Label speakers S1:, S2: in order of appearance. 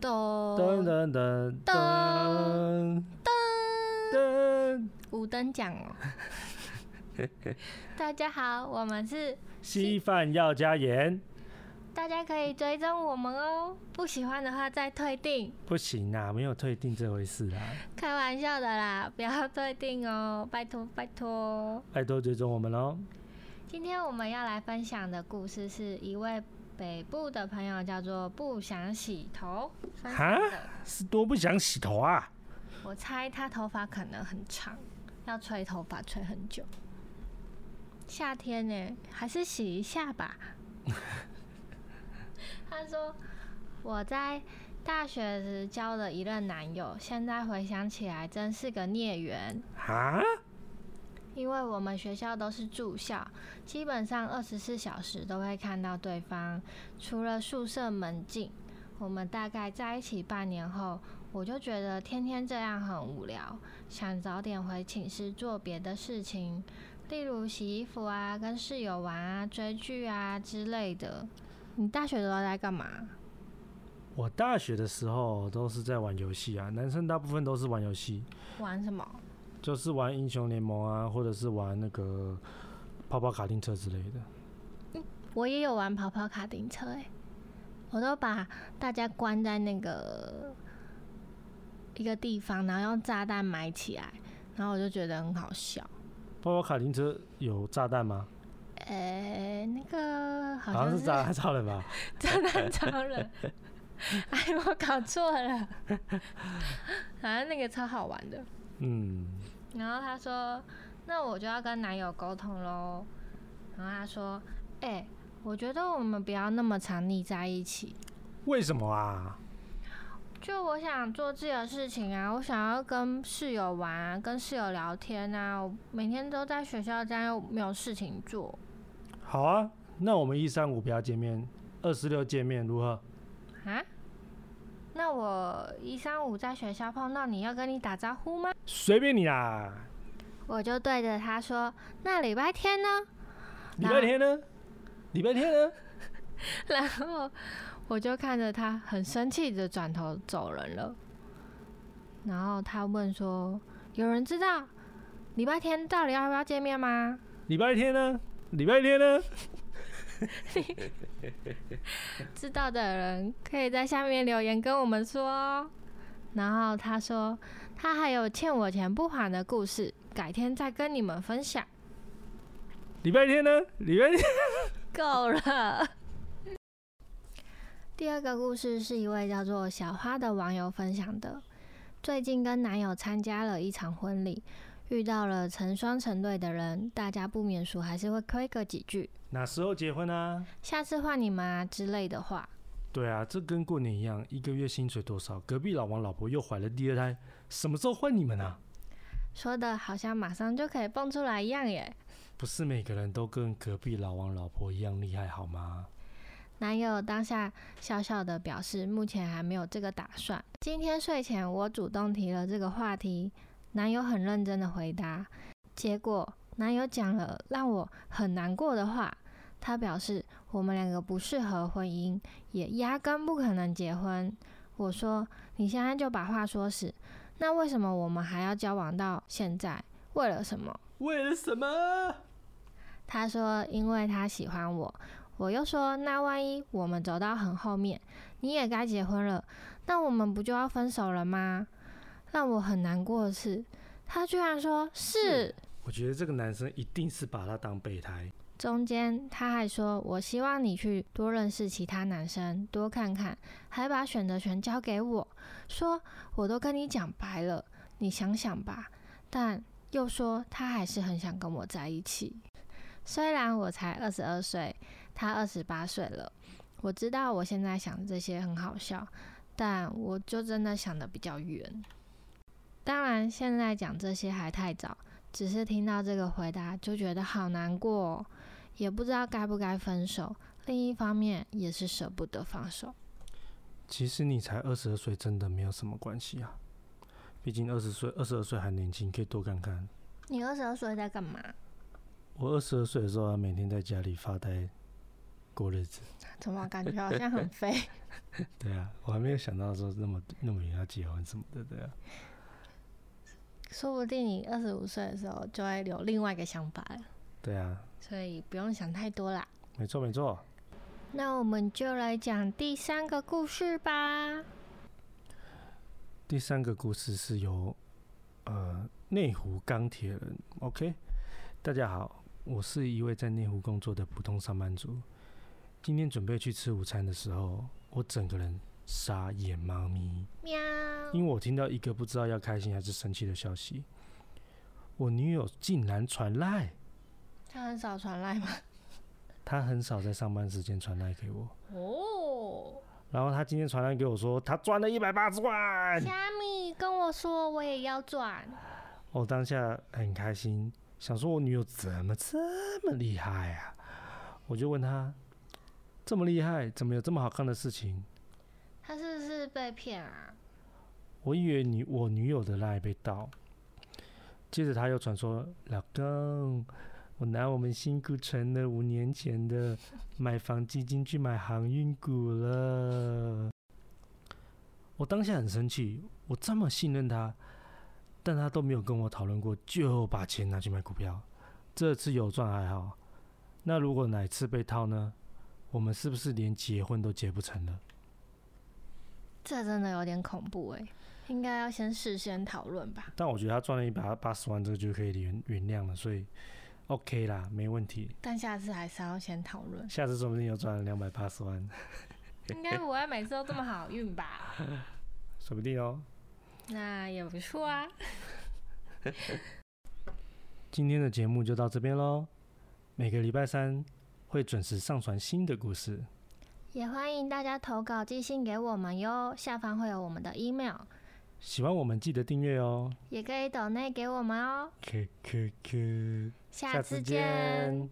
S1: 噔
S2: 噔噔噔
S1: 噔
S2: 噔
S1: 噔，
S2: 噔，
S1: 五等奖哦！大家好，我们是
S2: 稀饭要加盐，
S1: 大家可以追踪我们哦，不喜欢的话再退订，
S2: 不行啊，没有退订这回事啊，
S1: 开玩笑的啦，不要退订哦，拜托拜托。
S2: 拜托追踪我们喽。
S1: 今天我们要来分享的故事是一位北部的朋友叫做不想洗头，酸
S2: 哈
S1: 酸的
S2: 是多不想洗头啊？
S1: 我猜他头发可能很长，要吹头发吹很久。夏天呢、还是洗一下吧。他说我在大学时交了一任男友，现在回想起来真是个孽缘。
S2: 哈？
S1: 因为我们学校都是住校，基本上二十四小时都会看到对方，除了宿舍门禁。我们大概在一起半年后，我就觉得天天这样很无聊，想早点回寝室做别的事情，例如洗衣服啊、跟室友玩啊、追剧啊之类的。你大学都在干嘛？
S2: 我大学的时候都是在玩游戏啊，男生大部分都是玩游戏，
S1: 玩什么？
S2: 就是玩英雄联盟啊，或者是玩那个泡泡卡丁车之类的。
S1: 我也有玩跑跑卡丁车哎、我都把大家关在那个一个地方，然后用炸弹埋起来，然后我就觉得很好笑。
S2: 泡泡卡丁车有炸弹吗？
S1: 呃、那个好
S2: 好
S1: 像
S2: 像
S1: 是
S2: 是炸弹超人吧？
S1: 炸弹超 人，哎，我搞错了，反正那个超好玩的。
S2: 嗯，
S1: 然后他说：“那我就要跟男友沟通喽。”然后他说：“哎、我觉得我们不要那么常腻在一起，
S2: 为什么啊？
S1: 就我想做自己的事情啊，我想要跟室友玩啊，跟室友聊天啊。我每天都在学校，这样又没有事情做。
S2: 好啊，那我们一三五不要见面，二四六见面如何？
S1: 啊？那我一三五在学校碰到你要跟你打招呼吗？
S2: 随便你啦。
S1: 我就对着他说：“那礼拜天呢？”
S2: 礼拜天呢？礼拜天呢？
S1: 然后我就看着他很生气的转头走人了。然后他问说：“有人知道礼拜天到底要不要见面吗？”
S2: 礼拜天呢？礼拜天呢？
S1: 知道的人可以在下面留言跟我们说哦。然后他说，他还有欠我钱不还的故事，改天再跟你们分享。
S2: 礼拜天呢？礼拜天。
S1: 够了。第二个故事是一位叫做小花的网友分享的，最近跟男友参加了一场婚礼，遇到了成双成对的人，大家不免俗还是会亏个几句，
S2: 哪时候结婚啊？
S1: 下次换你们啊之类的话。
S2: 对啊，这跟过年一样，一个月薪水多少？隔壁老王老婆又怀了第二胎，什么时候换你们啊？
S1: 说的好像马上就可以蹦出来一样耶。
S2: 不是每个人都跟隔壁老王老婆一样厉害好吗？
S1: 男友当下笑笑的表示，目前还没有这个打算。今天睡前我主动提了这个话题，男友很认真的回答，结果男友讲了让我很难过的话。他表示我们两个不适合婚姻，也压根不可能结婚。我说你现在就把话说死，那为什么我们还要交往到现在？为了什么？
S2: 为了什么？
S1: 他说因为他喜欢我，我又说那万一我们走到很后面，你也该结婚了，那我们不就要分手了吗？让我很难过的是，他居然说是。
S2: 我觉得这个男生一定是把她当备胎。
S1: 中间他还说：“我希望你去多认识其他男生，多看看，还把选择权交给我，说我都跟你讲白了，你想想吧。”但又说他还是很想跟我在一起。虽然我才二十二岁，他二十八岁了，我知道我现在想这些很好笑，但我就真的想的比较远。当然，现在讲这些还太早，只是听到这个回答就觉得好难过哦、也不知道该不该分手。另一方面也是舍不得放手。
S2: 其实你才二十二岁，真的没有什么关系啊。毕竟二十岁，二十二岁还年轻，可以多看看。
S1: 你二十二岁在干嘛？
S2: 我二十二岁的时候，还每天在家里发呆，过日子。
S1: 怎么感觉好像很飞？
S2: 对啊，我还没有想到说那么那么远要结婚什么的，对啊，
S1: 说不定你二十五岁的时候就会有另外一个想法了，
S2: 对啊，
S1: 所以不用想太多啦。
S2: 没错没错。
S1: 那我们就来讲第三个故事吧。
S2: 第三个故事是由呃内湖钢铁人，OK，大家好，我是一位在内湖工作的普通上班族。今天准备去吃午餐的时候，我整个人傻眼猫咪，
S1: 喵，
S2: 因为我听到一个不知道要开心还是生气的消息，我女友竟然传赖，
S1: 他很少传来吗？
S2: 她很少在上班时间传赖给我，
S1: 哦，
S2: 然后她今天传赖给我说她赚了一百八十万，
S1: 虾米跟我说我也要转，
S2: 我当下很开心，想说我女友怎么这么厉害啊？我就问她，这么厉害，怎么有这么好看的事情？
S1: 他是不是被骗啊？
S2: 我以为你我女友的赖被盗，接着她又传说，老公，我拿我们辛苦存的五年前的买房基金去买航运股了。我当下很生气，我这么信任她，但她都没有跟我讨论过，就把钱拿去买股票。这次有赚还好，那如果哪次被套呢？我们是不是连结婚都结不成了？
S1: 这真的有点恐怖哎、应该要先事先讨论吧。
S2: 但我觉得他赚了一百八十万，这个就可以原原谅了，所以 OK 啦，没问题。
S1: 但下次还是要先讨 论，
S2: 下次说不定又赚了两百八十万，
S1: 应该不会每次都这么好运 吧？
S2: 说不定哦。
S1: 那也不错啊。
S2: 今天的节目就到这边喽，每个礼拜三会准时上传新的故事。
S1: 也欢迎大家投稿寄信给我们哟，下方会有我们的 email，
S2: 喜欢我们记得订阅哦。
S1: 也可以抖内给我们哦。
S2: Q Q Q，
S1: 下次见。